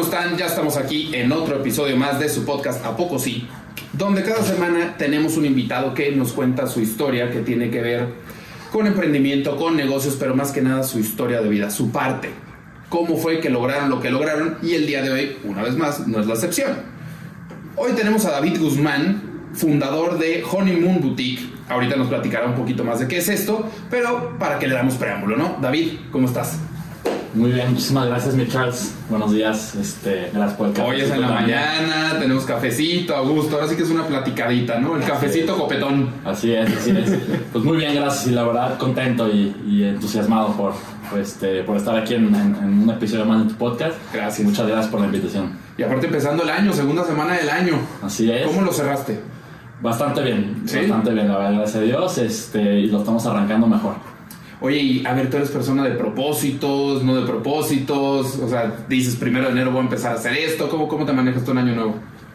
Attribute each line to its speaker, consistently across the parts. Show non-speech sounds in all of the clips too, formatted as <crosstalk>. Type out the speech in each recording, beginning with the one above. Speaker 1: están? Ya estamos aquí en otro episodio más de su podcast A Poco Sí, donde cada semana tenemos un invitado que nos cuenta su historia que tiene que ver con emprendimiento, con negocios, pero más que nada su historia de vida, su parte. Cómo fue que lograron lo que lograron y el día de hoy, una vez más, no es la excepción. Hoy tenemos a David Guzmán, fundador de Honeymoon Boutique. Ahorita nos platicará un poquito más de qué es esto, pero para que le damos preámbulo, ¿no? David, ¿cómo estás?
Speaker 2: Muy bien, muchísimas gracias, mi Charles. Buenos días, este, gracias por el café.
Speaker 1: Hoy es en la mañana, tenemos cafecito a gusto, ahora sí que es una platicadita, ¿no? El cafecito copetón.
Speaker 2: Así es, así es. Pues muy bien, gracias y la verdad contento y, y entusiasmado por, por este, por estar aquí en, en- en un episodio más de tu podcast.
Speaker 1: Gracias.
Speaker 2: Muchas gracias por la invitación.
Speaker 1: Y aparte empezando el año, segunda semana del año.
Speaker 2: Así es.
Speaker 1: ¿Cómo lo cerraste?
Speaker 2: Bastante bien,
Speaker 1: Sí.
Speaker 2: bastante bien, la verdad, gracias a Dios. Este, y lo estamos arrancando mejor.
Speaker 1: Oye, y a ver, tú eres persona de propósitos, no de propósitos, o sea, dices primero de enero voy a empezar a hacer esto, ¿cómo, cómo te manejas tú en año nuevo?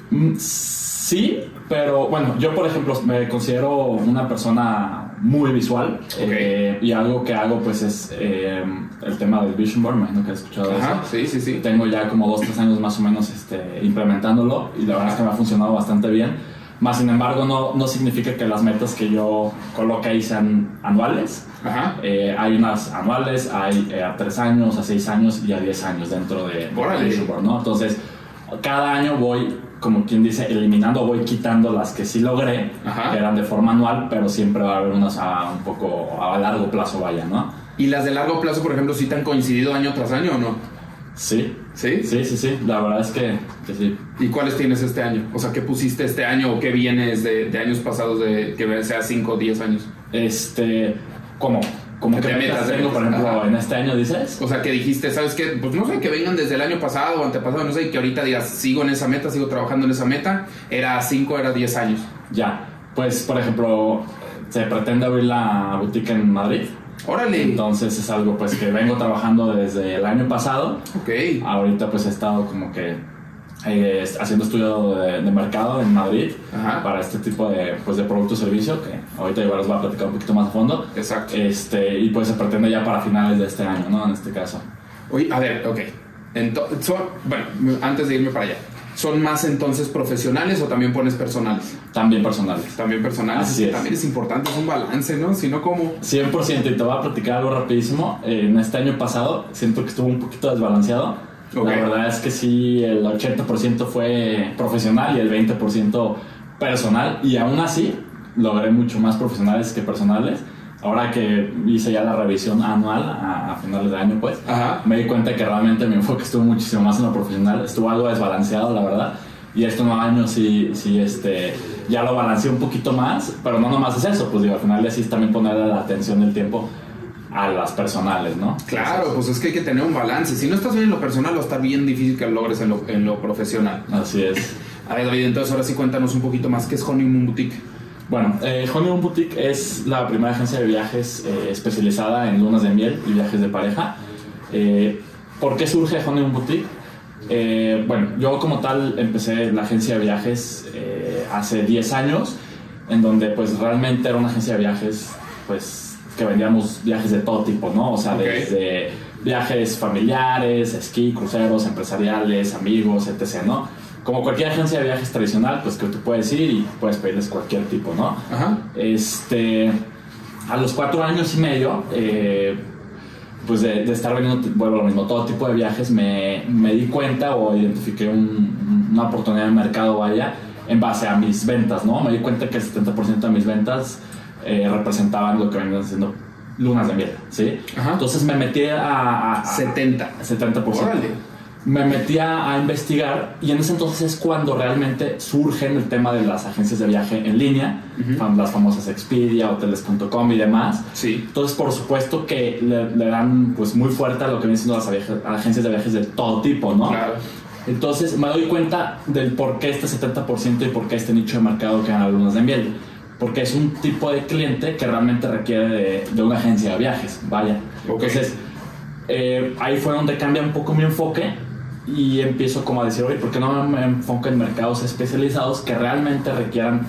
Speaker 2: Mm, Sí, pero bueno, yo por ejemplo me considero una persona muy visual eh, y algo que hago pues es eh, el tema del vision board, me imagino que has escuchado de
Speaker 1: Ajá,
Speaker 2: eso.
Speaker 1: sí, sí, sí.
Speaker 2: Tengo ya como dos, tres años más o menos este, implementándolo y la verdad es que me ha funcionado bastante bien. Más sin embargo, no, no significa que las metas que yo coloque ahí sean anuales.
Speaker 1: Ajá.
Speaker 2: Eh, hay unas anuales, hay eh, a tres años, a seis años y a diez años dentro de, de
Speaker 1: Órale.
Speaker 2: Vision Board, ¿no? Entonces, cada año voy, como quien dice, eliminando, voy quitando las que sí logré,
Speaker 1: Ajá.
Speaker 2: que eran de forma anual, pero siempre va a haber unas a un poco a largo plazo, vaya, ¿no?
Speaker 1: ¿Y las de largo plazo, por ejemplo, sí te han coincidido año tras año o no?
Speaker 2: Sí,
Speaker 1: ¿Sí?
Speaker 2: sí, sí, sí, la verdad es que, que sí.
Speaker 1: ¿Y cuáles tienes este año? O sea, ¿qué pusiste este año o qué vienes de, de años pasados de que sea 5 o 10 años?
Speaker 2: Este, como, como
Speaker 1: De
Speaker 2: que metas
Speaker 1: metas, de
Speaker 2: tengo, por
Speaker 1: metas,
Speaker 2: ejemplo,
Speaker 1: ajá.
Speaker 2: en este año, dices.
Speaker 1: O sea, que dijiste, ¿sabes qué? Pues no sé, que vengan desde el año pasado o antepasado, no sé, y que ahorita digas, sigo en esa meta, sigo trabajando en esa meta, era 5, era 10 años.
Speaker 2: Ya, pues, por ejemplo, se pretende abrir la boutique en Madrid.
Speaker 1: Órale.
Speaker 2: Entonces es algo pues que vengo trabajando desde el año pasado.
Speaker 1: Ok.
Speaker 2: Ahorita pues he estado como que eh, haciendo estudio de, de mercado en Madrid
Speaker 1: Ajá.
Speaker 2: para este tipo de, pues, de producto o servicio que ahorita Ibar os va a platicar un poquito más a fondo.
Speaker 1: Exacto.
Speaker 2: Este, y pues se pretende ya para finales de este año, ¿no? En este caso.
Speaker 1: Oye, a ver, ok. Entonces, bueno, antes de irme para allá, ¿son más entonces profesionales o también pones personales?
Speaker 2: También personales.
Speaker 1: También personales,
Speaker 2: Así
Speaker 1: que
Speaker 2: es.
Speaker 1: también es importante, es un balance, ¿no? Si no, ¿cómo?
Speaker 2: 100% y te voy a platicar algo rapidísimo. Eh, En este año pasado siento que estuvo un poquito desbalanceado.
Speaker 1: Ok.
Speaker 2: La verdad es que sí, el 80% fue profesional y el 20% personal. Y aún así logré mucho más profesionales que personales. Ahora que hice ya la revisión anual a, a finales de año, pues
Speaker 1: Ajá.
Speaker 2: me di cuenta que realmente mi enfoque estuvo muchísimo más en lo profesional. Estuvo algo desbalanceado, la verdad. Y este nuevo año sí, sí, este, ya lo balanceé un poquito más, pero no nomás es eso, pues digo, al final sí es también poner la atención del tiempo a las personales, ¿no?
Speaker 1: Claro, pues es que hay que tener un balance. Si no estás bien en lo personal, va a estar bien difícil que lo logres en lo, en lo profesional.
Speaker 2: Así es.
Speaker 1: A ver, David, entonces ahora sí cuéntanos un poquito más. ¿Qué es Honeymoon Boutique?
Speaker 2: Bueno, eh, Honeymoon Boutique es la primera agencia de viajes eh, especializada en lunas de miel y viajes de pareja. Eh, ¿Por qué surge Honeymoon Boutique? Eh, bueno, yo como tal empecé la agencia de viajes eh, hace 10 años, en donde pues realmente era una agencia de viajes pues que vendíamos viajes de todo tipo, ¿no? O sea,
Speaker 1: Ok.
Speaker 2: desde viajes familiares, esquí, cruceros, empresariales, amigos, etc., ¿no? Como cualquier agencia de viajes tradicional, pues que tú puedes ir y puedes pedirles cualquier tipo, ¿no?
Speaker 1: Ajá.
Speaker 2: Este, a los cuatro años y medio, eh, pues de, de estar vendiendo, vuelvo a lo mismo, todo tipo de viajes, me, me di cuenta o identifiqué un- una oportunidad de mercado, vaya, en base a mis ventas, ¿no? Me di cuenta que el 70% de mis ventas eh, representaban lo que venían siendo lunas de miel, ¿sí?
Speaker 1: Ajá.
Speaker 2: Entonces me metí a... a- a-
Speaker 1: 70.
Speaker 2: 70%.
Speaker 1: Órale.
Speaker 2: Me metía a investigar y en ese entonces es cuando realmente surgen el tema de las agencias de viaje en línea, fam- las famosas Expedia, hoteles.com y demás.
Speaker 1: Sí.
Speaker 2: Entonces, por supuesto que le, le dan pues muy fuerte a lo que vienen siendo las aviaje- agencias de viajes de todo tipo, ¿no?
Speaker 1: Claro.
Speaker 2: Entonces me doy cuenta del por qué este 70% y por qué este nicho de mercado que dan alumnos de miel. Porque es un tipo de cliente que realmente requiere de, de una agencia de viajes, vaya.
Speaker 1: Ok.
Speaker 2: Entonces eh, ahí fue donde cambia un poco mi enfoque y empiezo como a decir, oye, ¿por qué no me enfoco en mercados especializados que realmente requieran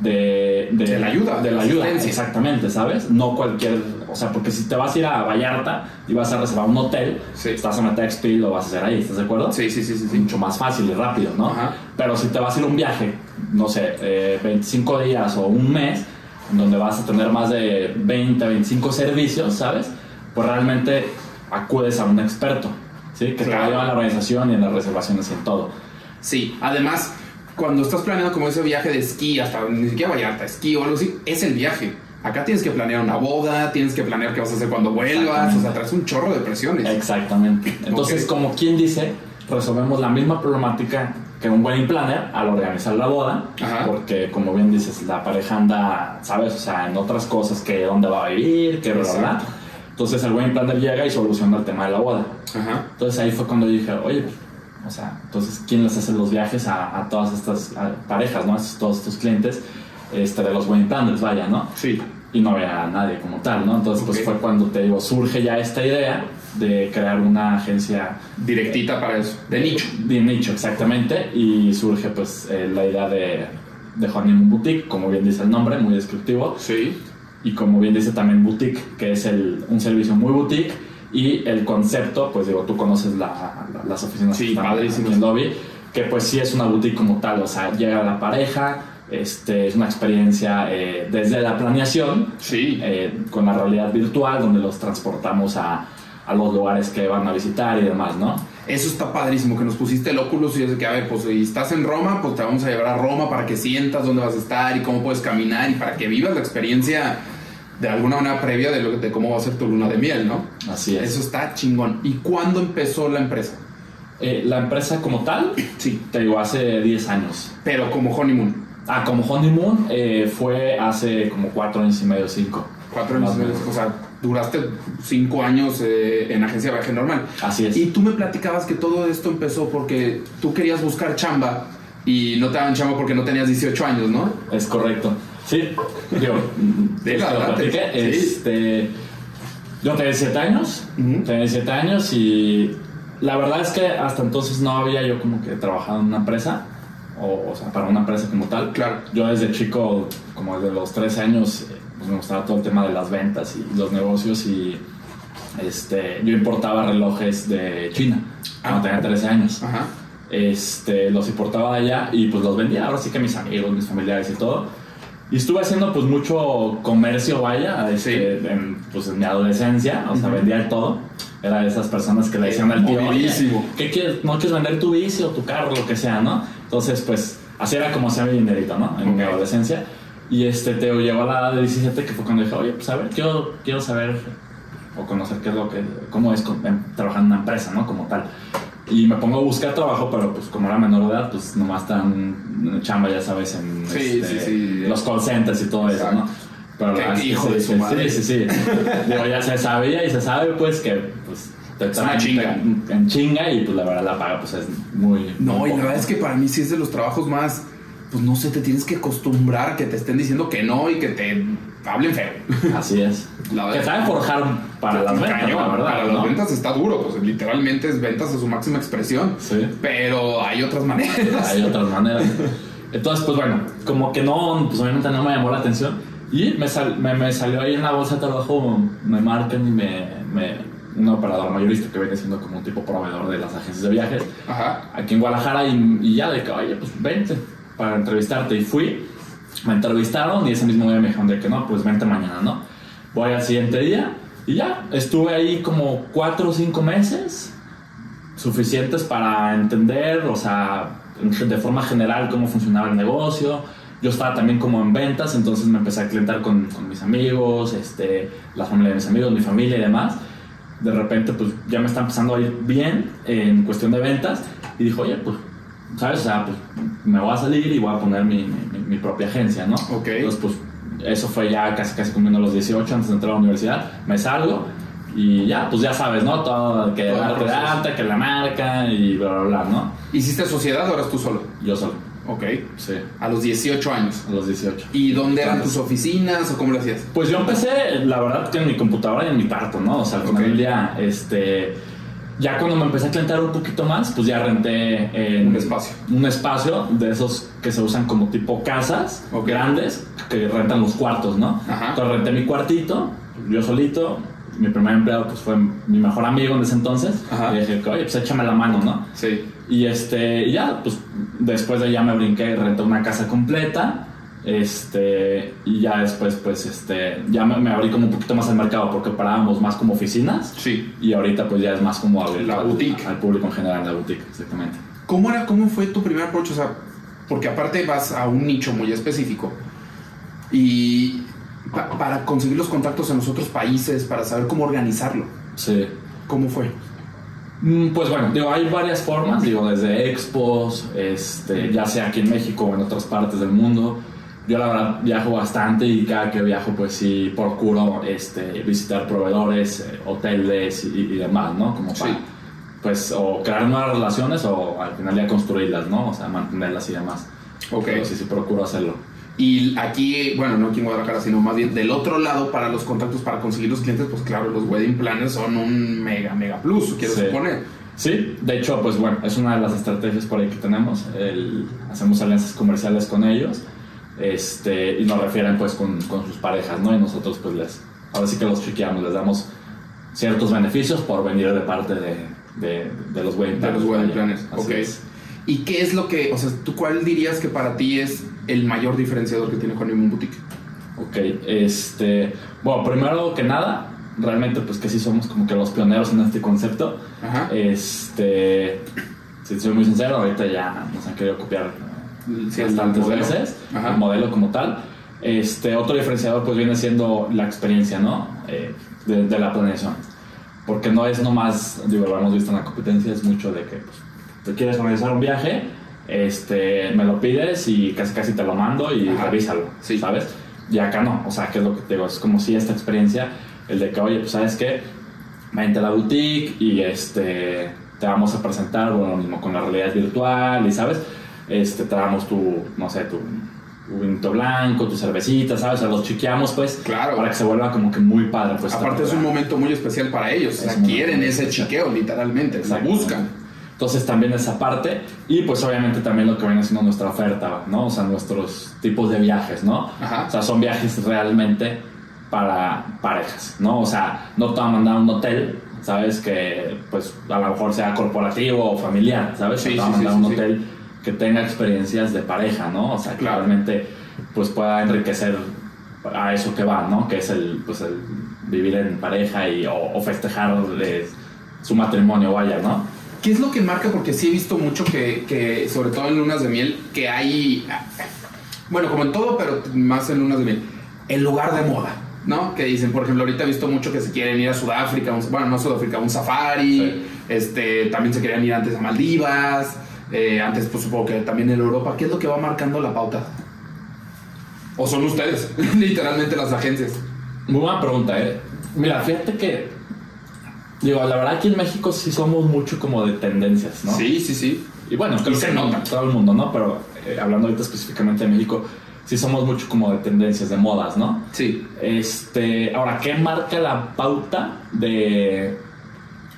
Speaker 2: de, de,
Speaker 1: De la ayuda,
Speaker 2: de la
Speaker 1: asistencia.
Speaker 2: ayuda, exactamente, ¿sabes? No cualquier, o sea, porque si te vas a ir a Vallarta y vas a reservar un hotel,
Speaker 1: Sí.
Speaker 2: estás en Textil y lo vas a hacer ahí, ¿estás de acuerdo?
Speaker 1: Sí, sí, sí, sí.
Speaker 2: Es
Speaker 1: sí.
Speaker 2: mucho más fácil y rápido, ¿no?
Speaker 1: Ajá.
Speaker 2: Pero si te vas a ir un viaje, no sé, eh, 25 días o un mes, donde vas a tener más de 20, 25 servicios, ¿sabes? Pues realmente acudes a un experto, ¿sí? Que
Speaker 1: Claro.
Speaker 2: te ayuda en la organización y en las reservaciones y en todo.
Speaker 1: Sí, además, cuando estás planeando como ese viaje de esquí, hasta ni siquiera Vallarta, esquí o algo así, es el viaje. Acá tienes que planear una boda, tienes que planear qué vas a hacer cuando vuelvas,
Speaker 2: Exactamente.
Speaker 1: o sea, traes un chorro de presiones.
Speaker 2: Exactamente. Entonces,
Speaker 1: Ok.
Speaker 2: como quien dice, resolvemos la misma problemática que un wedding planner al organizar la boda,
Speaker 1: Ajá.
Speaker 2: porque como bien dices, la pareja anda, ¿sabes? O sea, en otras cosas que dónde va a vivir, que bla, bla, bla.
Speaker 1: Exacto.
Speaker 2: Entonces el wedding planner llega y soluciona el tema de la boda.
Speaker 1: Ajá.
Speaker 2: Entonces ahí fue cuando yo dije, oye, pues, o sea, entonces, ¿quién les hace los viajes a, a todas estas a parejas, ¿no? A estos- todos estos clientes este, de los wedding planners, vaya, ¿no?
Speaker 1: Sí.
Speaker 2: y no había nadie como tal, ¿no? Entonces,
Speaker 1: Ok.
Speaker 2: pues fue cuando te digo, surge ya esta idea de crear una agencia
Speaker 1: Directita para eso. De nicho.
Speaker 2: de nicho, exactamente, y surge pues eh, la idea de, de Honeymoon Boutique, como bien dice el nombre, muy descriptivo,
Speaker 1: Sí.
Speaker 2: y como bien dice también Boutique, que es el, un servicio muy boutique, y el concepto, pues digo, tú conoces la- la- las oficinas
Speaker 1: Sí,
Speaker 2: que están
Speaker 1: padrísimo.
Speaker 2: aquí en Lobby, que pues sí es una boutique como tal, o sea, llega la pareja, este, es una experiencia eh, desde la planeación,
Speaker 1: Sí.
Speaker 2: eh, con la realidad virtual, donde los transportamos a, a los lugares que van a visitar y demás, ¿no?
Speaker 1: Eso está padrísimo, que nos pusiste el óculos y es de que, a ver, pues si estás en Roma, pues te vamos a llevar a Roma para que sientas dónde vas a estar y cómo puedes caminar y para que vivas la experiencia de alguna manera previa de, lo- de cómo va a ser tu luna de miel, ¿no?
Speaker 2: Así es.
Speaker 1: Eso está chingón. ¿Y cuándo empezó la empresa?
Speaker 2: Eh, la empresa como tal,
Speaker 1: Sí.
Speaker 2: te digo, hace 10 años.
Speaker 1: Pero como honeymoon.
Speaker 2: Ah, como Honeymoon eh, fue hace como 4 años y medio, 5.
Speaker 1: Cuatro años, o sea, duraste cinco años eh, en agencia de viaje normal.
Speaker 2: Así es.
Speaker 1: Y tú me platicabas que todo esto empezó porque tú querías buscar chamba y no te daban chamba porque no tenías 18 años, ¿no?
Speaker 2: Es correcto. Sí, yo.
Speaker 1: Sí, adelante. Sí.
Speaker 2: Este, yo tenía 7 años.
Speaker 1: Ujú.
Speaker 2: Tenía 7 años y la verdad es que hasta entonces no había yo como que trabajado en una empresa. O, o sea, para una empresa como tal.
Speaker 1: Claro.
Speaker 2: Yo desde chico, como desde los 13 años, eh, pues me gustaba todo el tema de las ventas y los negocios y este, yo importaba relojes de China
Speaker 1: Ah.
Speaker 2: cuando tenía 13 años
Speaker 1: Ajá.
Speaker 2: este, los importaba de allá y pues los vendía ahora sí que a mis amigos, mis familiares y todo. Y estuve haciendo pues mucho comercio, vaya, este, en, pues en mi adolescencia, o sea,
Speaker 1: Ujú.
Speaker 2: vendía de todo. Era de esas personas que le decían al tío, "Oye,
Speaker 1: Movidísimo.
Speaker 2: ¿qué quieres? ¿No quieres vender tu bici o tu carro, lo que sea, no? Entonces, pues, así era como hacía mi dinerito, ¿no? En mi
Speaker 1: Ok.
Speaker 2: adolescencia. Y este, te llegó a la edad de 17 que fue cuando dije, oye, pues a ver, quiero, quiero saber o conocer qué es lo que, cómo es con- em, trabajar en una empresa, ¿no? Como tal. Y me pongo a buscar trabajo, pero pues como era menor de edad, pues nomás tan chamba, ya sabes, en este,
Speaker 1: Sí, sí, sí.
Speaker 2: los call centers y todo eso,
Speaker 1: Exacto.
Speaker 2: ¿no? Pero
Speaker 1: Qué
Speaker 2: la verdad es que
Speaker 1: hijo
Speaker 2: sí,
Speaker 1: de
Speaker 2: sí,
Speaker 1: su
Speaker 2: sí,
Speaker 1: madre.
Speaker 2: Sí, sí, Digo, ya se sabía y se sabe, pues, que pues, te
Speaker 1: Es una
Speaker 2: traen
Speaker 1: chinga.
Speaker 2: En, en chinga y pues la verdad la paga pues es muy...
Speaker 1: No,
Speaker 2: muy
Speaker 1: y la
Speaker 2: poca.
Speaker 1: verdad es que para mí sí es de los trabajos más, pues no sé, te tienes que acostumbrar a que te estén diciendo que no y que te hablen feo.
Speaker 2: Así es.
Speaker 1: La verdad.
Speaker 2: que saben forjar para las ventas,
Speaker 1: Cañón,
Speaker 2: la verdad,
Speaker 1: Para las
Speaker 2: ¿no?
Speaker 1: ventas está duro, pues literalmente es ventas a su máxima expresión.
Speaker 2: Sí.
Speaker 1: Pero hay otras
Speaker 2: <laughs>
Speaker 1: maneras.
Speaker 2: Hay otras maneras. Entonces, pues bueno, como que no, pues obviamente no me llamó la atención. Y me, sal- me, me salió ahí en la bolsa de trabajo, me marcan y me, me- un operador mayorista que viene siendo como un tipo proveedor de las agencias de viajes
Speaker 1: Ajá.
Speaker 2: aquí en Guadalajara y, y ya de que, oye, pues vente para entrevistarte. Y fui, me entrevistaron y ese mismo día me dijeron de que no, pues vente mañana, ¿no? Voy al siguiente día y ya, estuve ahí como cuatro o cinco meses, suficientes para entender, o sea, de forma general cómo funcionaba el negocio. Yo estaba también como en ventas, entonces me empecé a clientar con, con mis amigos, este, la familia de mis amigos, mi familia y demás de repente pues ya me está empezando a ir bien en cuestión de ventas y dijo, oye, pues, ¿sabes? O sea, pues me voy a salir y voy a poner mi, mi- mi propia agencia, ¿no?
Speaker 1: Ok.
Speaker 2: Entonces pues eso fue ya casi casi cumpliendo los 18 antes de entrar a la universidad, me salgo y ya, pues ya sabes, ¿no? Todo, que
Speaker 1: Todo el
Speaker 2: darte de
Speaker 1: proceso.
Speaker 2: alta, que la marca y bla, bla, bla, ¿no?
Speaker 1: ¿Hiciste sociedad o eras tú solo?
Speaker 2: Yo solo,
Speaker 1: Ok.
Speaker 2: sí,
Speaker 1: A los 18 años.
Speaker 2: a los 18.
Speaker 1: ¿Y dónde eran
Speaker 2: Entonces,
Speaker 1: tus oficinas o cómo lo hacías?
Speaker 2: Pues yo empecé, la verdad, que en mi computadora y en mi parto, ¿no? O sea, al final
Speaker 1: Ok.
Speaker 2: del día, este. Ya cuando me empecé a clientar un poquito más, pues ya renté eh,
Speaker 1: Un espacio.
Speaker 2: un espacio de esos que se usan como tipo casas
Speaker 1: Ok.
Speaker 2: grandes que rentan los cuartos, ¿no?
Speaker 1: Ajá.
Speaker 2: Entonces renté mi cuartito, yo solito. Mi primer empleado pues fue mi mejor amigo en ese entonces.
Speaker 1: Ajá.
Speaker 2: Y dije, oye, pues échame la mano, ¿no?
Speaker 1: Sí.
Speaker 2: Y este, y ya, pues después de ya me brinqué y renté una casa completa. Este, y ya después, pues este, ya me, me abrí como un poquito más al mercado porque parábamos más como oficinas.
Speaker 1: Sí.
Speaker 2: Y ahorita, pues ya es más como abrir
Speaker 1: La boutique.
Speaker 2: Al público en general, la boutique, exactamente.
Speaker 1: ¿Cómo era, cómo fue tu primer approach? O sea, porque aparte vas a un nicho muy específico y pa- para conseguir los contactos en los otros países, para saber cómo organizarlo,
Speaker 2: Sí.
Speaker 1: ¿cómo fue?
Speaker 2: Mm, Pues bueno, digo, hay varias formas, digo, desde expos, este, ya sea aquí en México o en otras partes del mundo. Yo la verdad viajo bastante y cada que viajo pues sí procuro este, visitar proveedores, eh, hoteles y, y demás, ¿no? Como para,
Speaker 1: Sí.
Speaker 2: pues, o crear nuevas relaciones o al final ya construirlas, ¿no? O sea, mantenerlas y demás.
Speaker 1: Ok.
Speaker 2: Pero sí, sí procuro hacerlo.
Speaker 1: Y aquí, bueno, no aquí en Guadalajara, sino más bien del otro lado para los contactos, para conseguir los clientes, pues claro, los wedding planners son un mega, mega plus, quiero
Speaker 2: Sí.
Speaker 1: suponer.
Speaker 2: Sí, de hecho, pues bueno, es una de las estrategias por ahí que tenemos. El- hacemos alianzas comerciales con ellos este, y nos refieren pues con, con sus parejas, ¿no? Y nosotros pues les, ahora sí que los chequeamos, les damos ciertos beneficios por venir de parte de, de- de los wedding
Speaker 1: De los wedding planners,
Speaker 2: Así
Speaker 1: ok.
Speaker 2: es.
Speaker 1: ¿Y qué es lo que, o sea, tú cuál dirías que para ti es el mayor diferenciador que tiene con Moon Boutique?
Speaker 2: Ok, este, bueno, primero que nada, realmente pues que sí somos como que los pioneros en este concepto.
Speaker 1: Ajá.
Speaker 2: Este, si soy muy sincero, ahorita ya nos han querido copiar Eh,
Speaker 1: Sí, el
Speaker 2: bastantes
Speaker 1: modelo.
Speaker 2: veces,
Speaker 1: Ajá.
Speaker 2: el modelo como tal. Este, otro diferenciador pues viene siendo la experiencia, ¿no? Eh, de, de la planeación. Porque no es nomás, digo, lo hemos visto en la competencia, es mucho de que pues, tú quieres organizar un viaje, este, me lo pides y casi casi te lo mando y
Speaker 1: Ajá.
Speaker 2: revísalo,
Speaker 1: Sí.
Speaker 2: ¿sabes? Y acá no, o sea, que es lo que te digo, es como si esta experiencia, el de que, oye, pues sabes qué, vente a la boutique y este, te vamos a presentar, bueno, lo mismo con la realidad virtual y, ¿sabes? Este, te damos tu, no sé, tu, tu vinito blanco, tu cervecita, ¿sabes? O sea, los chiqueamos, pues,
Speaker 1: Claro.
Speaker 2: para que se vuelva como que muy padre, pues.
Speaker 1: Aparte es
Speaker 2: también,
Speaker 1: un
Speaker 2: ¿verdad?
Speaker 1: momento muy especial para ellos, o sea,
Speaker 2: Es un
Speaker 1: quieren
Speaker 2: momento
Speaker 1: ese
Speaker 2: especial.
Speaker 1: chiqueo literalmente, la
Speaker 2: Exacto.
Speaker 1: buscan.
Speaker 2: Entonces también esa parte y pues obviamente también lo que viene siendo nuestra oferta, ¿no? O sea, nuestros tipos de viajes, ¿no?
Speaker 1: Ajá.
Speaker 2: O sea, son viajes realmente para parejas, ¿no? O sea, no te van a mandar a un hotel, ¿sabes? Que pues a lo mejor sea corporativo o familiar, ¿sabes?
Speaker 1: Sí,
Speaker 2: no te van
Speaker 1: sí, sí,
Speaker 2: a mandar a un
Speaker 1: sí, sí.
Speaker 2: hotel que tenga experiencias de pareja, ¿no? O sea, que
Speaker 1: Claro.
Speaker 2: realmente pues pueda enriquecer a eso que va, ¿no? Que es el, pues, el vivir en pareja y, o, o festejar eh, su matrimonio, vaya, ¿no?
Speaker 1: ¿Qué es lo que marca? Porque sí he visto mucho que, que, sobre todo en lunas de miel, que hay, bueno, como en todo, pero más en lunas de miel, el lugar de moda, ¿no? Que dicen, por ejemplo, ahorita he visto mucho que se quieren ir a Sudáfrica, un- bueno, no a Sudáfrica, un safari,
Speaker 2: Sí.
Speaker 1: este, también se querían ir antes a Maldivas, eh, antes pues supongo que también en Europa, ¿qué es lo que va marcando la pauta? O son ustedes, <laughs> literalmente las agencias.
Speaker 2: Muy buena pregunta, ¿eh? Mira, fíjate que. Digo, la verdad, aquí en México sí somos mucho como de tendencias, ¿no?
Speaker 1: Sí, sí, sí.
Speaker 2: Y bueno, creo
Speaker 1: se
Speaker 2: que no
Speaker 1: nota.
Speaker 2: todo el mundo, ¿no? Pero eh, hablando ahorita específicamente de México, sí somos mucho como de tendencias, de modas, ¿no?
Speaker 1: Sí.
Speaker 2: Este, ahora, ¿qué marca la pauta de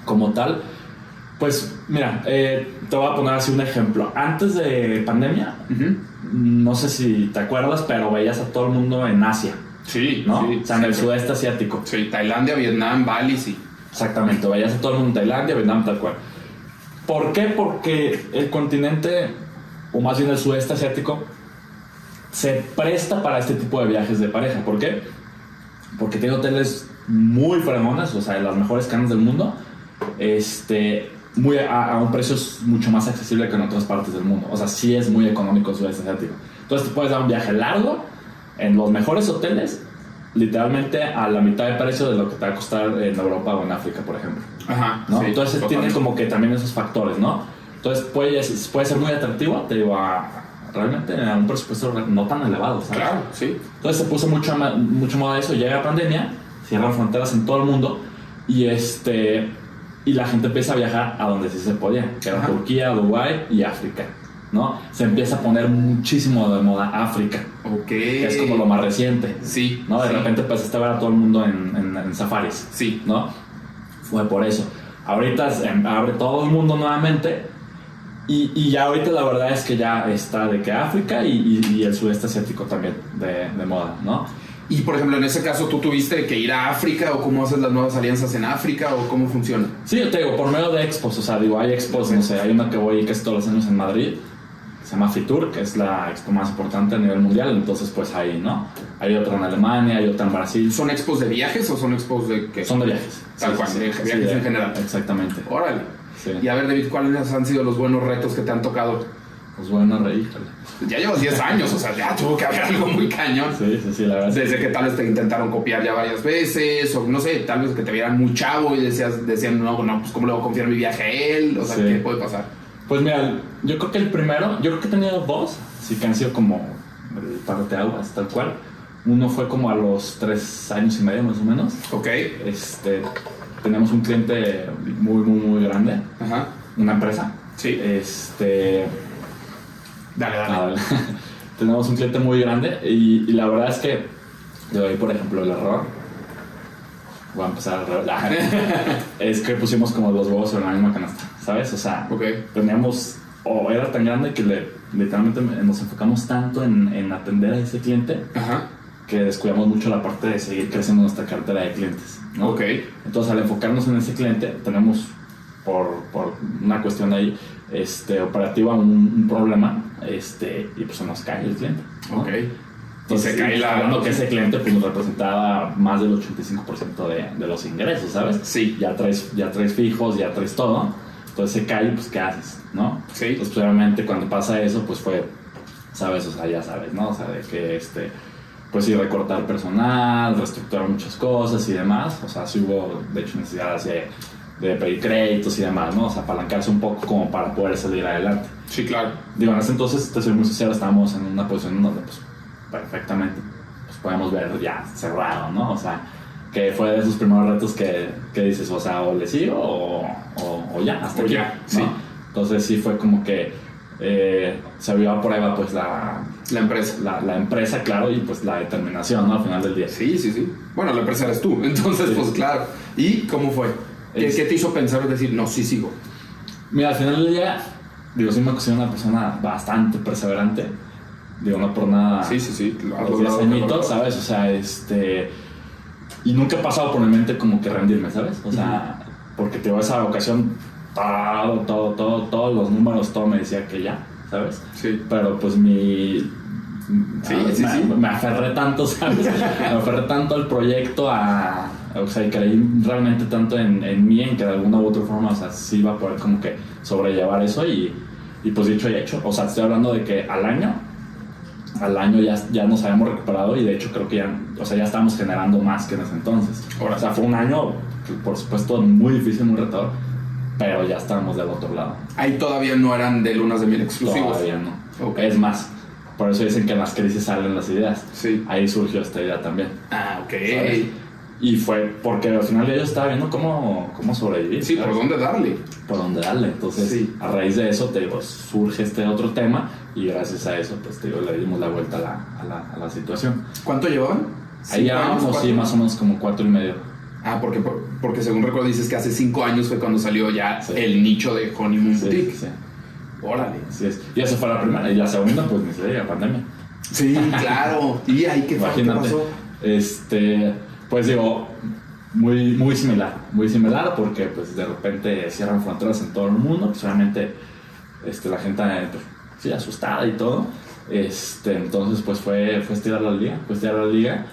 Speaker 2: como tal? Pues mira, eh, te voy a poner así un ejemplo. Antes de pandemia,
Speaker 1: Ujú.
Speaker 2: no sé si te acuerdas, pero veías a todo el mundo en Asia,
Speaker 1: Sí,
Speaker 2: ¿no?
Speaker 1: sí,
Speaker 2: o sea, en el
Speaker 1: sí.
Speaker 2: sudeste asiático.
Speaker 1: Sí, Tailandia, Vietnam, Bali, sí.
Speaker 2: Exactamente, vayas a todo el mundo, Tailandia, Vietnam, tal cual. ¿Por qué? Porque el continente, o más bien el sudeste asiático, se presta para este tipo de viajes de pareja. ¿Por qué? Porque tiene hoteles muy fregones, o sea, de las mejores canas del mundo, este, muy a, a un precio mucho más accesible que en otras partes del mundo. O sea, sí es muy económico el sudeste asiático. Entonces te puedes dar un viaje largo en los mejores hoteles, literalmente a la mitad de precio de lo que te va a costar en Europa o en África, por ejemplo.
Speaker 1: Ajá.
Speaker 2: ¿no?
Speaker 1: sí,
Speaker 2: Entonces tiene
Speaker 1: totalmente.
Speaker 2: como que también esos factores, ¿no? Entonces puede, puede ser muy atractivo, te digo, a- realmente a un presupuesto no tan elevado, ¿sabes?
Speaker 1: Claro, sí.
Speaker 2: Entonces se puso mucho, ma- mucho moda eso, llega la pandemia, cierran fronteras en todo el mundo y este y la gente empieza a viajar a donde sí se podía, que era
Speaker 1: Ajá.
Speaker 2: Turquía, Dubái y África, ¿no? Se empieza a poner muchísimo de moda África,
Speaker 1: Ok.
Speaker 2: que es como lo más reciente,
Speaker 1: Sí.
Speaker 2: ¿no? De pues, este
Speaker 1: sí,
Speaker 2: repente empezaste a ver a todo el mundo en, en- en safaris,
Speaker 1: Sí.
Speaker 2: ¿no? Fue por eso. Ahorita es- em, abre todo el mundo nuevamente. Y, y ya ahorita la verdad es que ya está de que África y, y- y el sudeste asiático también de, de moda, ¿no?
Speaker 1: Y por ejemplo, en ese caso, ¿tú tuviste que ir a África o cómo haces las nuevas alianzas en África o cómo funciona?
Speaker 2: Sí, yo te digo, por medio de expos, o sea, digo, hay expos, no sé, hay una que voy casi todos los años en Madrid, se llama Fitur, que es la expo más importante a nivel mundial, entonces pues ahí, ¿no? Hay otra en Alemania, hay otra en Brasil,
Speaker 1: ¿Son expos de viajes o son expos de qué?
Speaker 2: son de viajes.
Speaker 1: Tal cual, de viajes en general.
Speaker 2: Exactamente.
Speaker 1: Órale.
Speaker 2: Sí.
Speaker 1: Y a ver, David, ¿cuáles han sido los buenos retos que te han tocado?
Speaker 2: Pues bueno, reí.
Speaker 1: Ya llevas 10 años, o sea, ya tuvo que haber algo muy cañón.
Speaker 2: Sí, sí, sí, la verdad.
Speaker 1: Desde que tal vez te intentaron copiar ya varias veces, o no sé, tal vez que te vieran muy chavo y decías, decían, no, no, pues cómo le voy a confiar mi viaje a él, o sea,
Speaker 2: Sí.
Speaker 1: ¿qué puede pasar?
Speaker 2: Pues mira, yo creo que el primero, yo creo que he tenido dos, sí que han sido como el par de aguas, tal cual. Uno fue como a los tres años y medio más o menos.
Speaker 1: Ok,
Speaker 2: Este, tenemos un cliente muy, muy, muy grande,
Speaker 1: ajá,
Speaker 2: una empresa.
Speaker 1: sí,
Speaker 2: Este,
Speaker 1: dale, dale.
Speaker 2: a ver, <laughs> tenemos un cliente muy grande y, y la verdad es que yo doy, por ejemplo, el error. Voy a empezar a revelar. <laughs> es que pusimos como dos huevos en la misma canasta, ¿sabes? O sea,
Speaker 1: Ok,
Speaker 2: teníamos, o era tan grande que le, literalmente me- nos enfocamos tanto en, en atender a ese cliente
Speaker 1: ajá,
Speaker 2: que descuidamos mucho la parte de seguir creciendo nuestra cartera de clientes. ¿no?
Speaker 1: ok,
Speaker 2: Entonces, al enfocarnos en ese cliente, tenemos por, por una cuestión ahí este, operativa un, un problema este, y pues se nos cae el cliente. ¿no?
Speaker 1: ok.
Speaker 2: Ah.
Speaker 1: Y
Speaker 2: Entonces,
Speaker 1: se cae
Speaker 2: hablando
Speaker 1: la...
Speaker 2: que ese cliente pues, nos representaba más del 85% de, de los ingresos, ¿sabes?
Speaker 1: Sí,
Speaker 2: Ya traes, ya traes fijos, ya traes todo. Entonces se cae, pues ¿qué haces? ¿No?
Speaker 1: sí,
Speaker 2: Entonces, pues, obviamente, cuando pasa eso, pues fue, sabes, o sea, ya sabes, ¿no? O sea, de que este, pues sí, recortar personal, reestructurar muchas cosas y demás. O sea, sí hubo, de hecho, necesidad así de, de pedir créditos y demás, ¿no? O sea, apalancarse un poco como para poder salir adelante.
Speaker 1: sí, claro.
Speaker 2: Digo, en ese entonces, te soy muy social, estábamos en una posición en donde, pues, perfectamente, pues podemos ver ya cerrado, ¿no? O sea, que fue de esos primeros retos que, que dices, o sea, o le sigo o, o- o ya, hasta
Speaker 1: O
Speaker 2: aquí,
Speaker 1: ya,
Speaker 2: ¿no?
Speaker 1: sí.
Speaker 2: Entonces sí fue como que eh, se vio a prueba, pues, la,
Speaker 1: La empresa.
Speaker 2: la, la empresa, claro, y pues la determinación, ¿no? Al final del día.
Speaker 1: Sí, sí, sí. Bueno, la empresa eres tú, <laughs> entonces,
Speaker 2: Sí.
Speaker 1: pues claro. ¿Y cómo fue? ¿Qué,
Speaker 2: Es-
Speaker 1: qué te hizo pensar decir, no, sí sigo?
Speaker 2: Mira, al final del día, digo, sí me considero una persona bastante perseverante. Digo, no por nada.
Speaker 1: Sí, sí, sí. lo has
Speaker 2: a
Speaker 1: logrado,
Speaker 2: los 10
Speaker 1: lo has logrado.
Speaker 2: añitos, ¿sabes? O sea, este. Y nunca ha pasado por mi mente como que rendirme, ¿sabes? O sea, porque te digo, esa ocasión, todo, todo, todo, todos los números, todo me decía que ya, ¿sabes?
Speaker 1: Sí.
Speaker 2: Pero pues mi.
Speaker 1: Sí,
Speaker 2: a-
Speaker 1: sí,
Speaker 2: me,
Speaker 1: sí.
Speaker 2: me aferré tanto, <laughs> ¿sabes? me aferré tanto al proyecto, a. O sea, y creí realmente tanto en, en mí, en que de alguna u otra forma, o sea, sí iba a poder como que sobrellevar eso y, y pues dicho y hecho. O sea, estoy hablando de que al año, al año ya, ya nos habíamos recuperado y de hecho creo que ya, o sea, ya estábamos generando más que en ese entonces.
Speaker 1: Ahora.
Speaker 2: o sea, fue un año, que, por supuesto, muy difícil, muy retador, pero ya estábamos del otro lado.
Speaker 1: Ahí todavía no eran de lunas de miel exclusivos.
Speaker 2: Todavía no.
Speaker 1: Ok.
Speaker 2: Es más, por eso dicen que en las crisis salen las ideas.
Speaker 1: Sí.
Speaker 2: Ahí surgió esta idea también.
Speaker 1: Ah, ok.
Speaker 2: ¿sabes? Y fue porque al final yo estaba viendo cómo, cómo sobrevivir.
Speaker 1: Sí,
Speaker 2: ¿sabes?
Speaker 1: ¿por dónde darle?
Speaker 2: Por dónde darle. Entonces,
Speaker 1: Sí.
Speaker 2: a raíz de eso, te digo, surge este otro tema y gracias a eso, pues te digo, le dimos la vuelta a la, a la, a la situación.
Speaker 1: ¿Cuánto llevaban?
Speaker 2: Ahí
Speaker 1: ¿Cinco años,
Speaker 2: llevábamos, sí,
Speaker 1: cuatro?
Speaker 2: más o menos como cuatro y medio.
Speaker 1: Ah, porque, por- porque según recuerdo dices que hace cinco años fue cuando salió ya
Speaker 2: Sí.
Speaker 1: el nicho de Honeymoon
Speaker 2: Sí,
Speaker 1: Boutique.
Speaker 2: sí,
Speaker 1: Órale.
Speaker 2: así es. Y esa fue la primera. Y la segunda, pues ni se diga, pandemia.
Speaker 1: Sí, <laughs> claro. Y ahí qué fue? ¿Qué
Speaker 2: Imagínate.
Speaker 1: pasó.
Speaker 2: Este, pues digo, muy, muy similar, muy similar porque pues de repente cierran fronteras en todo el mundo, pues obviamente este, la gente pues, sí, asustada y todo. Este, entonces pues fue, fue estirar la liga, fue estirar la liga.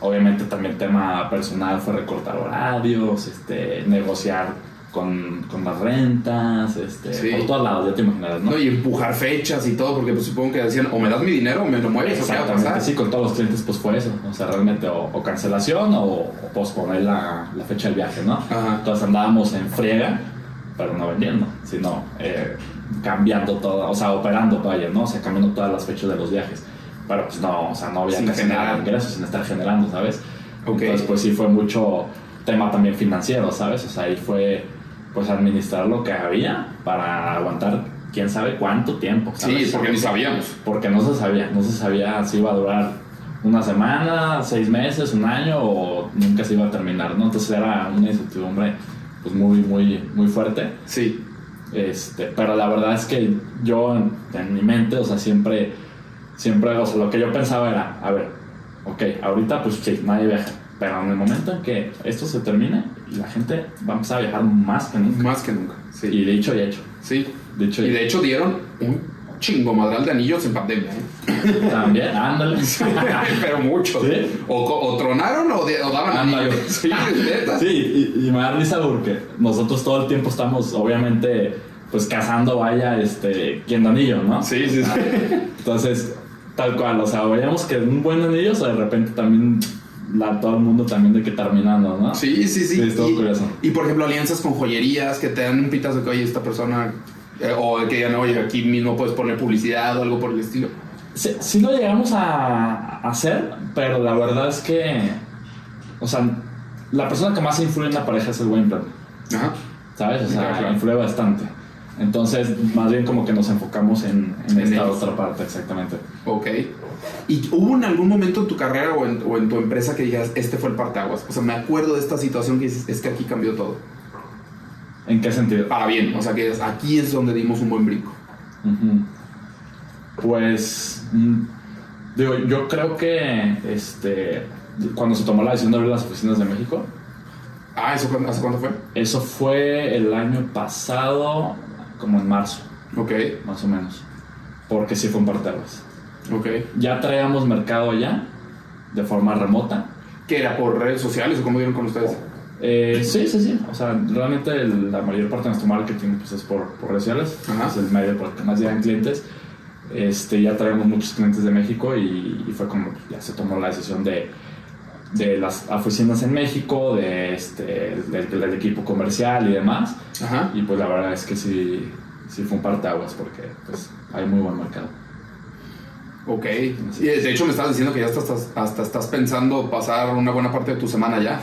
Speaker 2: Obviamente también tema personal fue recortar horarios, este, negociar con, con las rentas, este,
Speaker 1: Sí.
Speaker 2: por todos lados, ya te imaginarás, ¿no?
Speaker 1: No, y empujar fechas y todo, porque pues, supongo que decían, o me das mi dinero o me lo mueves, o qué va a
Speaker 2: Exactamente,
Speaker 1: pasar.
Speaker 2: sí, con todos los clientes pues fue eso, o sea, realmente o, o cancelación o, o posponer la, la fecha del viaje, ¿no?
Speaker 1: Ajá.
Speaker 2: Entonces andábamos en friega, pero no vendiendo, sino eh, cambiando todo, o sea, operando, vaya, ¿no? O sea, cambiando todas las fechas de los viajes, pero pues no, o sea, no había
Speaker 1: Sin
Speaker 2: casi nada
Speaker 1: generar.
Speaker 2: de ingresos sin estar generando, ¿sabes?
Speaker 1: Ok.
Speaker 2: Entonces pues sí fue mucho tema también financiero, ¿sabes? O sea, ahí fue pues administrar lo que había para aguantar quién sabe cuánto tiempo, ¿sabes?
Speaker 1: Sí, porque ni sabíamos.
Speaker 2: porque no se sabía, no se sabía si iba a durar una semana, seis meses, un año o nunca se iba a terminar, ¿no? Entonces era una incertidumbre pues muy, muy, muy fuerte.
Speaker 1: Sí.
Speaker 2: Este, pero la verdad es que yo en, en mi mente, o sea, siempre, siempre, o sea, lo que yo pensaba era, a ver, ok, ahorita pues sí, nadie viaja, pero en el momento en que esto se termine, la gente va a empezar a viajar más que nunca.
Speaker 1: Más que nunca. Sí.
Speaker 2: Y de hecho y hecho.
Speaker 1: sí.
Speaker 2: De hecho
Speaker 1: Y
Speaker 2: y
Speaker 1: de hecho dieron un chingo madral de anillos en pandemia.
Speaker 2: <laughs>
Speaker 1: ¿eh? <laughs>
Speaker 2: hecho. También, ándale.
Speaker 1: Pero muchos.
Speaker 2: Sí.
Speaker 1: O, co- o tronaron o, de- o daban
Speaker 2: Ándale.
Speaker 1: anillos. <laughs> Sí, neta.
Speaker 2: Sí, y, y me da risa porque nosotros todo el tiempo estamos, obviamente, pues cazando, vaya, este, quien da anillo, ¿no?
Speaker 1: Sí, sí, sí.
Speaker 2: Entonces, tal cual, o sea, veíamos que un buen anillo, o sea, de repente también la, todo el mundo también de que terminando,
Speaker 1: <laughs>
Speaker 2: ¿no?
Speaker 1: Sí, sí, sí.
Speaker 2: Sí, estuvo
Speaker 1: y,
Speaker 2: curioso.
Speaker 1: y, por ejemplo, alianzas con joyerías que te dan un pitazo de que, oye, esta persona. eh, o que digan, oye, aquí mismo puedes poner publicidad o algo por el estilo.
Speaker 2: Sí, sí lo llegamos a a hacer, pero la verdad es que, o sea, la persona que más influye en la pareja es el buen plan,
Speaker 1: Ajá.
Speaker 2: ¿sabes? O sea,
Speaker 1: Claro, claro.
Speaker 2: influye bastante. Entonces, más bien como que nos enfocamos en, en
Speaker 1: En
Speaker 2: esta
Speaker 1: ellos.
Speaker 2: otra parte, exactamente.
Speaker 1: Ok. ¿Y hubo en algún momento en tu carrera o en, o en tu empresa que digas, este fue el parteaguas? O sea, me acuerdo de esta situación que dices, es que aquí cambió todo.
Speaker 2: ¿En qué sentido?
Speaker 1: Para bien. O sea, que digas, aquí es donde dimos un buen brinco.
Speaker 2: Ujú. Pues mm, digo, yo creo que este cuando se tomó la decisión de abrir las oficinas de México,
Speaker 1: Ah, ¿eso cuándo- hace cuánto fue?
Speaker 2: eso fue el año pasado, como en marzo,
Speaker 1: Ok,
Speaker 2: más o menos. Porque sí fue un parteaguas.
Speaker 1: ok.
Speaker 2: Ya traíamos mercado allá de forma remota.
Speaker 1: ¿Qué era? ¿Por redes sociales o cómo dieron con ustedes?
Speaker 2: Eh, sí, sí, sí. O sea, realmente el- la mayor parte de nuestro marketing pues, es por, por redes sociales.
Speaker 1: Ajá.
Speaker 2: Es el medio por el que más llegan clientes. Este, ya traemos muchos clientes de México y, y fue como ya se tomó la decisión de, de las oficinas en México, de este, del, del equipo comercial y demás.
Speaker 1: Ajá.
Speaker 2: Y pues la verdad es que sí, sí fue un parteaguas porque pues, hay muy buen mercado.
Speaker 1: Ok. Y de hecho me estabas diciendo que ya hasta estás, hasta estás pensando pasar una buena parte de tu semana allá.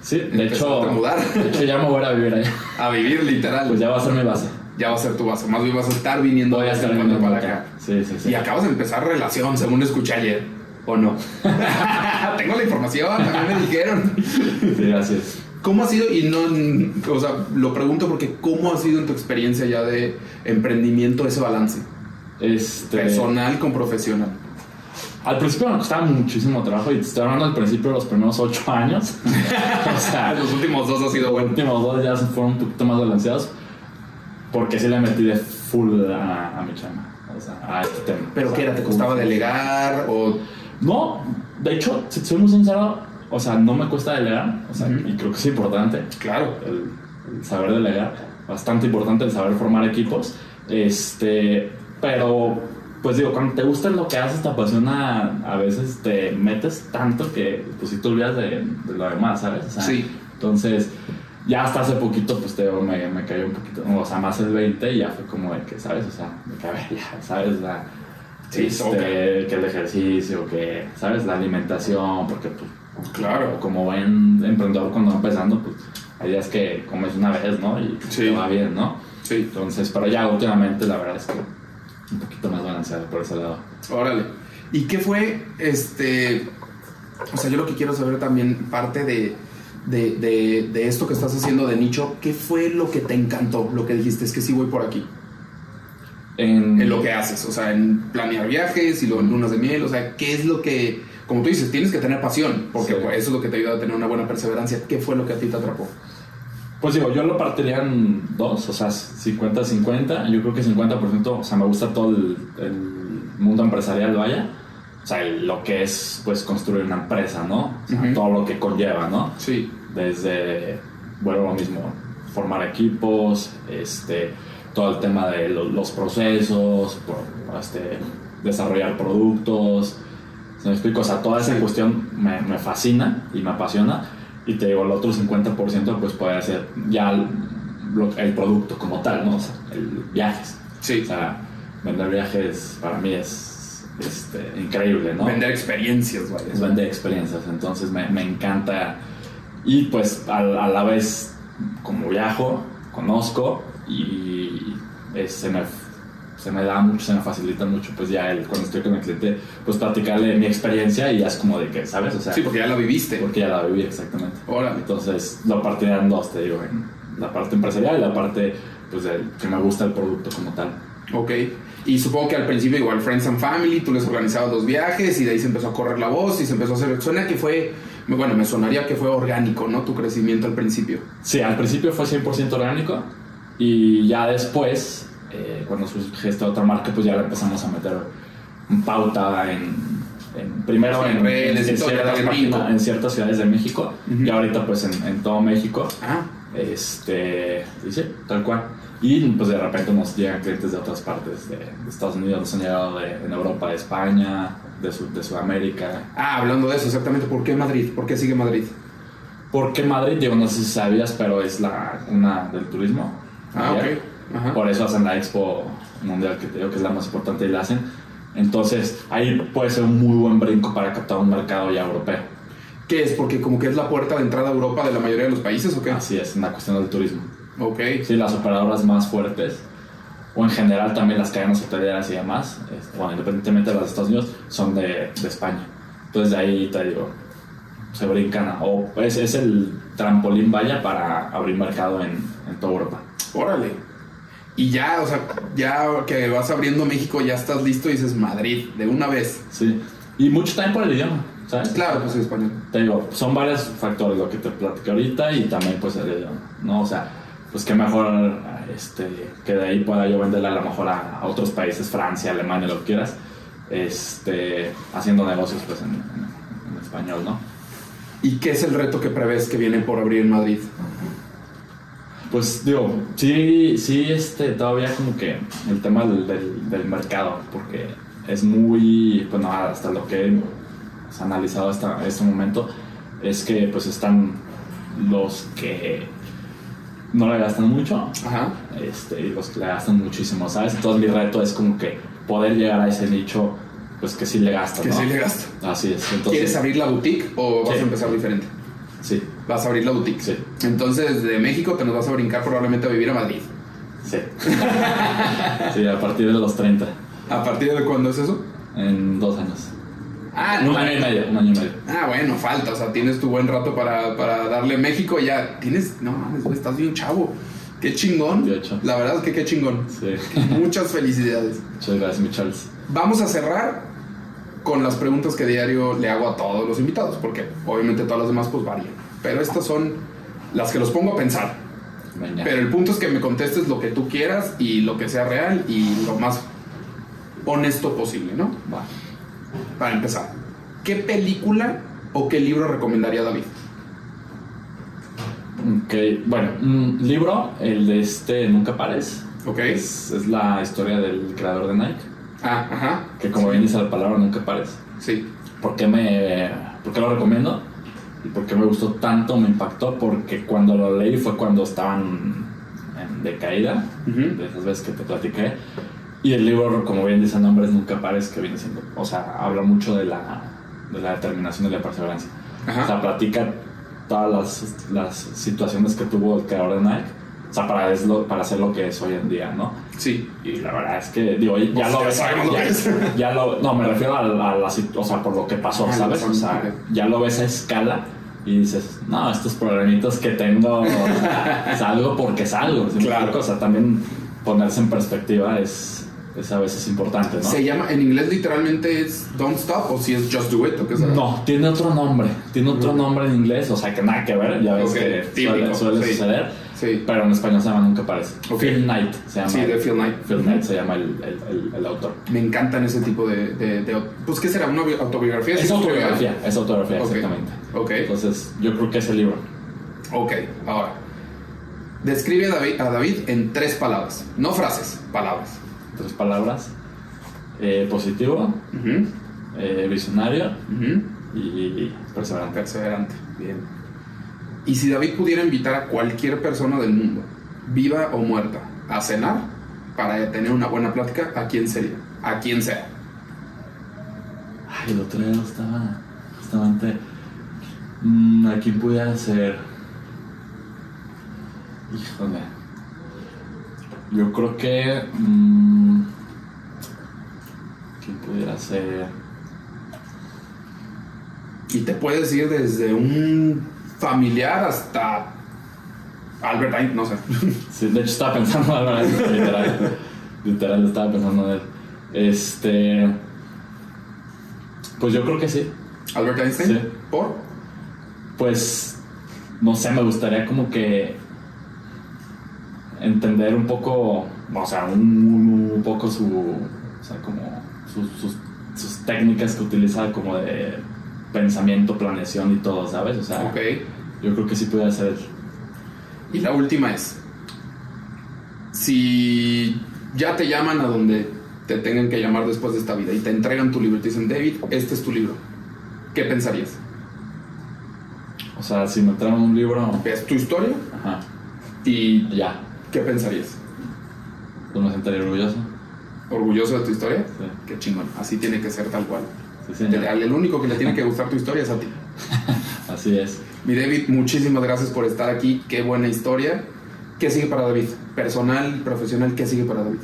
Speaker 2: Sí, de
Speaker 1: Empezarte
Speaker 2: hecho,
Speaker 1: a mudar.
Speaker 2: de hecho ya me voy a ir a vivir allá.
Speaker 1: A vivir literal.
Speaker 2: Pues ya va a ser mi base.
Speaker 1: Ya va a ser tu vaso. Más bien vas a estar viniendo
Speaker 2: Voy a
Speaker 1: de vez
Speaker 2: estar
Speaker 1: en cuando
Speaker 2: viviendo
Speaker 1: para
Speaker 2: acá.
Speaker 1: acá.
Speaker 2: Sí, sí, sí.
Speaker 1: Y acabas de empezar relación, según escuché ayer. ¿O
Speaker 2: <laughs>
Speaker 1: no? <laughs> Tengo la información, a mí me dijeron.
Speaker 2: Sí, así es.
Speaker 1: ¿Cómo ha sido? Y no, o sea, lo pregunto porque ¿cómo ha sido en tu experiencia ya de emprendimiento ese balance?
Speaker 2: Este,
Speaker 1: Personal con profesional.
Speaker 2: Al principio me costaba muchísimo trabajo y te estoy hablando al principio de los primeros ocho <laughs> años. o sea,
Speaker 1: Ah,
Speaker 2: los
Speaker 1: los últimos dos ha sido bueno.
Speaker 2: últimos dos ya se fueron un poquito más balanceados porque sí le metí de full a, a mi chama. O sea, a este tema.
Speaker 1: ¿Pero
Speaker 2: O
Speaker 1: qué
Speaker 2: sea,
Speaker 1: era? ¿Te costaba
Speaker 2: full, full.
Speaker 1: delegar? ¿O
Speaker 2: No, de hecho, si te soy muy sincero, o sea, no me cuesta delegar. O sea,
Speaker 1: Ujú.
Speaker 2: y creo que es importante.
Speaker 1: Claro.
Speaker 2: el, el saber delegar, bastante importante el saber formar equipos. Este, pero pues digo, cuando te gusta lo que haces, te apasiona, a veces te metes tanto que pues si te olvidas de, de lo demás, ¿sabes? O sea,
Speaker 1: Sí.
Speaker 2: Entonces, ya hasta hace poquito, pues te digo, me, me cayó un poquito, o sea, más el 20 y ya fue como de que, ¿sabes? O sea, de que a ver, ya, ¿sabes? O sea,
Speaker 1: Sí,
Speaker 2: este,
Speaker 1: ok.
Speaker 2: que el ejercicio, que, ¿sabes? La alimentación, porque pues
Speaker 1: Claro.
Speaker 2: como buen emprendedor cuando va empezando, pues hay días que comes una vez, ¿no? Y
Speaker 1: Sí.
Speaker 2: te va bien, ¿no?
Speaker 1: Sí.
Speaker 2: Entonces, pero ya últimamente la verdad es que un poquito más balanceado por ese lado.
Speaker 1: Órale. ¿Y qué fue este? O sea, yo lo que quiero saber también, parte de, de, de- de esto que estás haciendo de nicho, ¿qué fue lo que te encantó? Lo que dijiste es que sí voy por aquí.
Speaker 2: En,
Speaker 1: En lo que haces, o sea, en planear viajes y lo en lunas de miel, o sea, ¿qué es lo que, como tú dices, tienes que tener pasión, porque
Speaker 2: Sí.
Speaker 1: pues, eso es lo que te ayuda a tener una buena perseverancia. ¿Qué fue lo que a ti te atrapó?
Speaker 2: Pues digo, yo lo partiría en dos, o sea, 50-50. Yo creo que 50%, o sea, me gusta todo el, el mundo empresarial, vaya. O sea, el- lo que es, pues, construir una empresa, ¿no? O sea,
Speaker 1: Ujú.
Speaker 2: todo lo que conlleva, ¿no?
Speaker 1: Sí,
Speaker 2: desde, bueno, lo mismo, formar equipos, este, todo el tema de lo- los procesos, por- este, desarrollar productos, ¿se me explico? O sea, toda esa
Speaker 1: Sí.
Speaker 2: cuestión me, me fascina y me apasiona y te digo, el otro 50% pues puede ser ya el, lo- el producto como tal, ¿no? O sea, el viajes.
Speaker 1: sí.
Speaker 2: O sea, vender viajes para mí es este, increíble, ¿no?
Speaker 1: Vender experiencias, vaya.
Speaker 2: es pues, vender experiencias, entonces me, me encanta. Y pues a, a la vez, como viajo, conozco y es- eh, se me, se me da mucho, se me facilita mucho, pues ya el, cuando estoy con el cliente, pues platicarle mi experiencia y ya es como de que, ¿sabes? O sea,
Speaker 1: Sí, porque ya la viviste.
Speaker 2: porque ya la viví exactamente.
Speaker 1: Órale.
Speaker 2: Entonces lo partiré en dos, te digo, en la parte empresarial y la parte pues del que me gusta el producto como tal.
Speaker 1: Ok. Y supongo que al principio igual Friends and Family, tú les organizabas los viajes y de ahí se empezó a correr la voz y se empezó a hacer... Suena que fue, bueno, me sonaría que fue orgánico, ¿no? Tu crecimiento al principio.
Speaker 2: Sí, al principio fue 100% orgánico y ya después, eh, cuando surge esta otra marca, pues ya le empezamos a meter en pauta en, en- primero
Speaker 1: Sí, en
Speaker 2: en,
Speaker 1: redes y todo,
Speaker 2: ciertas
Speaker 1: en
Speaker 2: páginas-
Speaker 1: vivo.
Speaker 2: en ciertas ciudades de México
Speaker 1: Ujú.
Speaker 2: y ahorita pues en, en todo México.
Speaker 1: Ah,
Speaker 2: Este, y sí, tal cual. Y pues de repente nos llegan clientes de otras partes de, de Estados Unidos, nos han llegado de, en Europa, de España, de, Sud- de Sudamérica.
Speaker 1: ah, hablando de eso, exactamente. ¿Por qué Madrid? ¿Por qué sigue Madrid?
Speaker 2: Porque Madrid, digo, no sé si sabías, pero es la cuna del turismo.
Speaker 1: Ah,
Speaker 2: mundial.
Speaker 1: ok. Ajá.
Speaker 2: Por eso hacen la Expo Mundial, que te digo que es la más importante y la hacen. Entonces, ahí puede ser un muy buen brinco para captar un mercado ya europeo.
Speaker 1: ¿Qué es? Porque como que es la puerta de entrada a Europa de la mayoría de los países, ¿o qué?
Speaker 2: Así es, en la cuestión del turismo.
Speaker 1: Ok.
Speaker 2: Sí, las operadoras más fuertes, o en general también las cadenas hoteleras y demás, este, bueno, independientemente de las de Estados Unidos, son de, de España. Entonces de ahí te digo, se brincan, a- o es, es el trampolín vaya para abrir mercado en, en toda Europa.
Speaker 1: Órale. Y ya, o sea, ya que vas abriendo México, ya estás listo y dices Madrid, de una vez.
Speaker 2: Sí, y mucho también por el idioma, ¿sabes?
Speaker 1: Claro, pues soy español.
Speaker 2: Te digo, son varios factores lo que te platico ahorita y también pues el idioma, ¿no? O sea, pues que mejor este, que de ahí pueda yo venderla a lo mejor a, a otros países, Francia, Alemania, lo que quieras, este, haciendo negocios pues en, en- en español, ¿no?
Speaker 1: ¿Y qué es el reto que prevés que viene por abrir en Madrid?
Speaker 2: Pues digo, sí, sí, este, todavía como que el tema del, del- del mercado, porque es muy, bueno, hasta lo que has analizado hasta este momento, es que pues están los que no le gastan mucho
Speaker 1: Ajá.
Speaker 2: este, y los que le gastan muchísimo, ¿sabes? Entonces mi reto es como que poder llegar a ese nicho, pues que sí le gastan,
Speaker 1: Que sí le gasto.
Speaker 2: Así es, entonces...
Speaker 1: ¿Quieres abrir la boutique o vas
Speaker 2: Sí.
Speaker 1: a empezar diferente?
Speaker 2: Sí,
Speaker 1: Vas a abrir la boutique.
Speaker 2: Sí. <laughs>
Speaker 1: Entonces, de México te nos vas a brincar probablemente a vivir a Madrid.
Speaker 2: sí. sí, a partir de los 30,
Speaker 1: ¿A partir de cuándo es eso?
Speaker 2: en dos años.
Speaker 1: Ah,
Speaker 2: Un año y medio, un año y medio.
Speaker 1: Ah, bueno, falta. O sea, tienes tu buen rato para, para darle México y ya. Tienes. No mames, güey, estás bien chavo. Qué chingón.
Speaker 2: 28.
Speaker 1: La verdad es que qué <laughs> chingón.
Speaker 2: Sí,
Speaker 1: Muchas felicidades.
Speaker 2: muchas gracias, mi Charles.
Speaker 1: Vamos a cerrar con las preguntas que diario le hago a todos los invitados, porque obviamente todas las demás pues varían. Pero estas son las que los pongo a pensar.
Speaker 2: Venga.
Speaker 1: Pero el punto es que me contestes lo que tú quieras y lo que sea real y lo más honesto posible, ¿no?
Speaker 2: Va.
Speaker 1: Para empezar, ¿qué película o qué libro recomendaría David?
Speaker 2: Ok, bueno, un libro, el de este Nunca Pares.
Speaker 1: ¿Ok?
Speaker 2: Es, es la historia del creador de Nike,
Speaker 1: Ah, ajá.
Speaker 2: que como bien dice la palabra, nunca pares.
Speaker 1: Sí.
Speaker 2: ¿Por qué, me, ¿Por qué lo recomiendo? ¿Y por qué me gustó tanto? Me impactó porque cuando lo leí fue cuando estaban en decaída,
Speaker 1: Ujú.
Speaker 2: de esas veces que te platiqué. Y el libro, como bien dice el nombre, es Nunca Pares, que viene siendo, o sea, habla mucho de la, de la determinación y la perseverancia. O sea,
Speaker 1: Ajá.
Speaker 2: platica todas las, las situaciones que tuvo el creador de Nike, o sea, para, es lo- para hacer lo que es hoy en día, ¿no?
Speaker 1: Sí.
Speaker 2: Y la verdad es que, digo, ya
Speaker 1: Pues
Speaker 2: lo
Speaker 1: ya
Speaker 2: ves.
Speaker 1: sabemos lo
Speaker 2: ya,
Speaker 1: que es.
Speaker 2: <laughs> ya lo- No, me refiero a, la- a la sit- O sea, por lo que pasó,
Speaker 1: Ah,
Speaker 2: ¿sabes?
Speaker 1: lo que
Speaker 2: O sea,
Speaker 1: pasó,
Speaker 2: ya lo ves a escala y dices, no, estos problemitas que tengo, salgo porque salgo. ¿sí me
Speaker 1: Claro.
Speaker 2: explico? O sea, también ponerse en perspectiva es, es a veces importante, ¿no?
Speaker 1: Se llama, en inglés literalmente es Don't Stop o si es Just Do It o qué sabe?
Speaker 2: No, tiene otro nombre, tiene otro
Speaker 1: Ujú.
Speaker 2: nombre en inglés, o sea que nada que ver, ya ves
Speaker 1: Mm. Ok,
Speaker 2: que suele,
Speaker 1: típico,
Speaker 2: suele
Speaker 1: sí.
Speaker 2: suceder,
Speaker 1: Sí.
Speaker 2: pero en español se llama Nunca Parece.
Speaker 1: Ok.
Speaker 2: Phil Knight se llama,
Speaker 1: Sí, de Phil Knight.
Speaker 2: Phil Knight se llama el- el- el- el autor.
Speaker 1: Me encantan ese tipo de, de- de- Pues, ¿qué será? ¿Una bi- autobiografía?
Speaker 2: Es
Speaker 1: ¿Sí?
Speaker 2: autobiografía, es autobiografía,
Speaker 1: Ok.
Speaker 2: exactamente.
Speaker 1: Ok.
Speaker 2: Entonces, yo creo que es el libro.
Speaker 1: Ok, ahora. Describe a David, a David en tres palabras. No frases, palabras.
Speaker 2: Tres palabras. Eh, positivo,
Speaker 1: Ujú,
Speaker 2: eh, visionario
Speaker 1: ujú.
Speaker 2: y perseverante.
Speaker 1: Perseverante. Bien. Y si David pudiera invitar a cualquier persona del mundo, viva o muerta, a cenar para tener una buena plática, ¿a quién sería? A quien sea.
Speaker 2: Ay, el otro día estaba justamente... mm, ¿A quién pudiera ser? Híjole. Yo creo que... mm, pudieras... eh,
Speaker 1: Y te puedes ir desde un familiar hasta Albert Einstein, no sé.
Speaker 2: Sí, de hecho estaba pensando <laughs> en Álvaro Einstein, literal. literal, estaba pensando en él. Este. Pues yo creo que sí.
Speaker 1: Albert Einstein,
Speaker 2: Sí.
Speaker 1: por
Speaker 2: Pues. No sé, me gustaría como que. Entender un poco. O sea, un, un- un poco su. O sea, como. Sus, sus- sus técnicas que utiliza como de pensamiento, planeación y todo, ¿sabes? O sea,
Speaker 1: ok.
Speaker 2: yo creo que sí pudiera ser.
Speaker 1: Y la última es, si ya te llaman a donde te tengan que llamar después de esta vida y te entregan tu libro y te dicen, David, este es tu libro, ¿qué pensarías?
Speaker 2: O sea, si me traen un libro.
Speaker 1: ¿Es tu historia?
Speaker 2: Ajá.
Speaker 1: ¿Y
Speaker 2: Ya.
Speaker 1: qué pensarías?
Speaker 2: Pues me sentaría orgulloso.
Speaker 1: ¿Orgulloso de tu historia?
Speaker 2: Sí.
Speaker 1: Qué chingón, así tiene que ser tal cual.
Speaker 2: Sí,
Speaker 1: Te-
Speaker 2: señor.
Speaker 1: al- El único que le tiene que gustar tu historia es a ti.
Speaker 2: Así es.
Speaker 1: Mi David, muchísimas gracias por estar aquí. Qué buena historia. ¿Qué sigue para David? Personal, profesional, ¿qué sigue para David?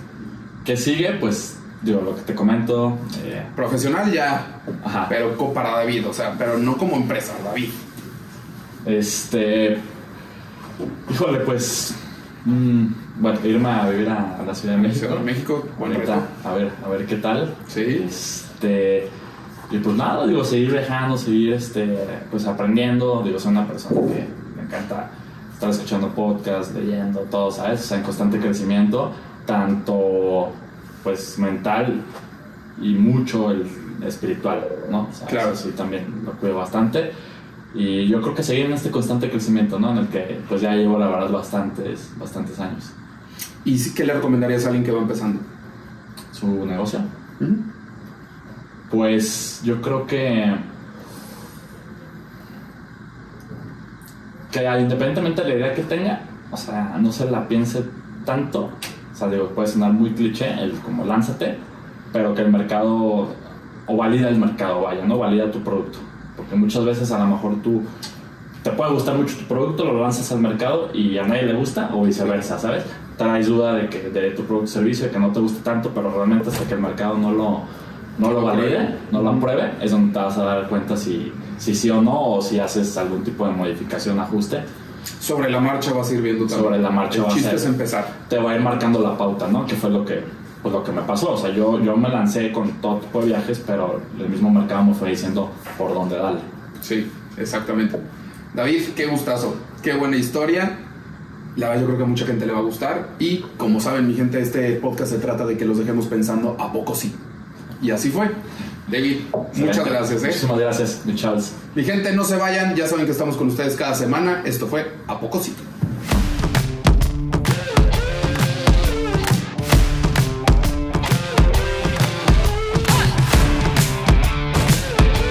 Speaker 2: ¿Qué sigue? Pues digo, lo que te comento. eh,
Speaker 1: Profesional ya,
Speaker 2: ajá.
Speaker 1: pero co- para David, o sea, pero no como empresa, David.
Speaker 2: Este. Híjole, pues. mm, bueno, irme a vivir a, a la Ciudad de México.
Speaker 1: Ciudad de México, buen
Speaker 2: Ahorita,
Speaker 1: reto.
Speaker 2: A ver, a ver qué tal.
Speaker 1: Sí.
Speaker 2: Este. Y pues nada, digo, seguir viajando, seguir este, pues aprendiendo. Digo, soy una persona que me encanta estar escuchando podcasts, leyendo, todo, ¿sabes? O sea, en constante crecimiento, tanto pues mental y mucho el espiritual, ¿no? O sea,
Speaker 1: Claro.
Speaker 2: eso sí, también lo cuido bastante. Y yo creo que seguir en este constante crecimiento, ¿no? En el que pues ya llevo la verdad bastantes, bastantes años.
Speaker 1: ¿Y si- qué le recomendarías a alguien que va empezando?
Speaker 2: Su negocio, Pues yo creo que. Que independientemente de la idea que tenga, o sea, no se la piense tanto. O sea, digo, puede sonar muy cliché, el como lánzate, pero que el mercado, o valida el mercado, vaya, no valida tu producto. Porque muchas veces a lo mejor tú te puede gustar mucho tu producto, lo lanzas al mercado y a nadie le gusta, o viceversa, ¿sabes? Traes duda de, que, de tu producto o servicio, de que no te gusta tanto, pero realmente hasta que el mercado no lo, no lo valide, no lo apruebe, es donde te vas a dar cuenta si, si sí o no, o si haces algún tipo de modificación, ajuste,
Speaker 1: Sobre la marcha vas a ir viendo también.
Speaker 2: Sobre la marcha
Speaker 1: El
Speaker 2: va a
Speaker 1: chiste
Speaker 2: ser.
Speaker 1: es empezar.
Speaker 2: te va a ir marcando la pauta, ¿no? Que fue lo que, pues lo que me pasó. O sea, yo, yo me lancé con todo tipo de viajes, pero el mismo mercado me fue diciendo por dónde darle.
Speaker 1: Sí, exactamente. David, qué gustazo. Qué buena historia. La verdad yo creo que a mucha gente le va a gustar. Y como saben, mi gente, este podcast se trata de que los dejemos pensando a poco sí. Y así fue. David, muchas
Speaker 2: Excelente.
Speaker 1: gracias. ¿eh?
Speaker 2: Muchísimas gracias, mi Charles.
Speaker 1: Mi gente, no se vayan, ya saben que estamos con ustedes cada semana. Esto fue A Poco Sí.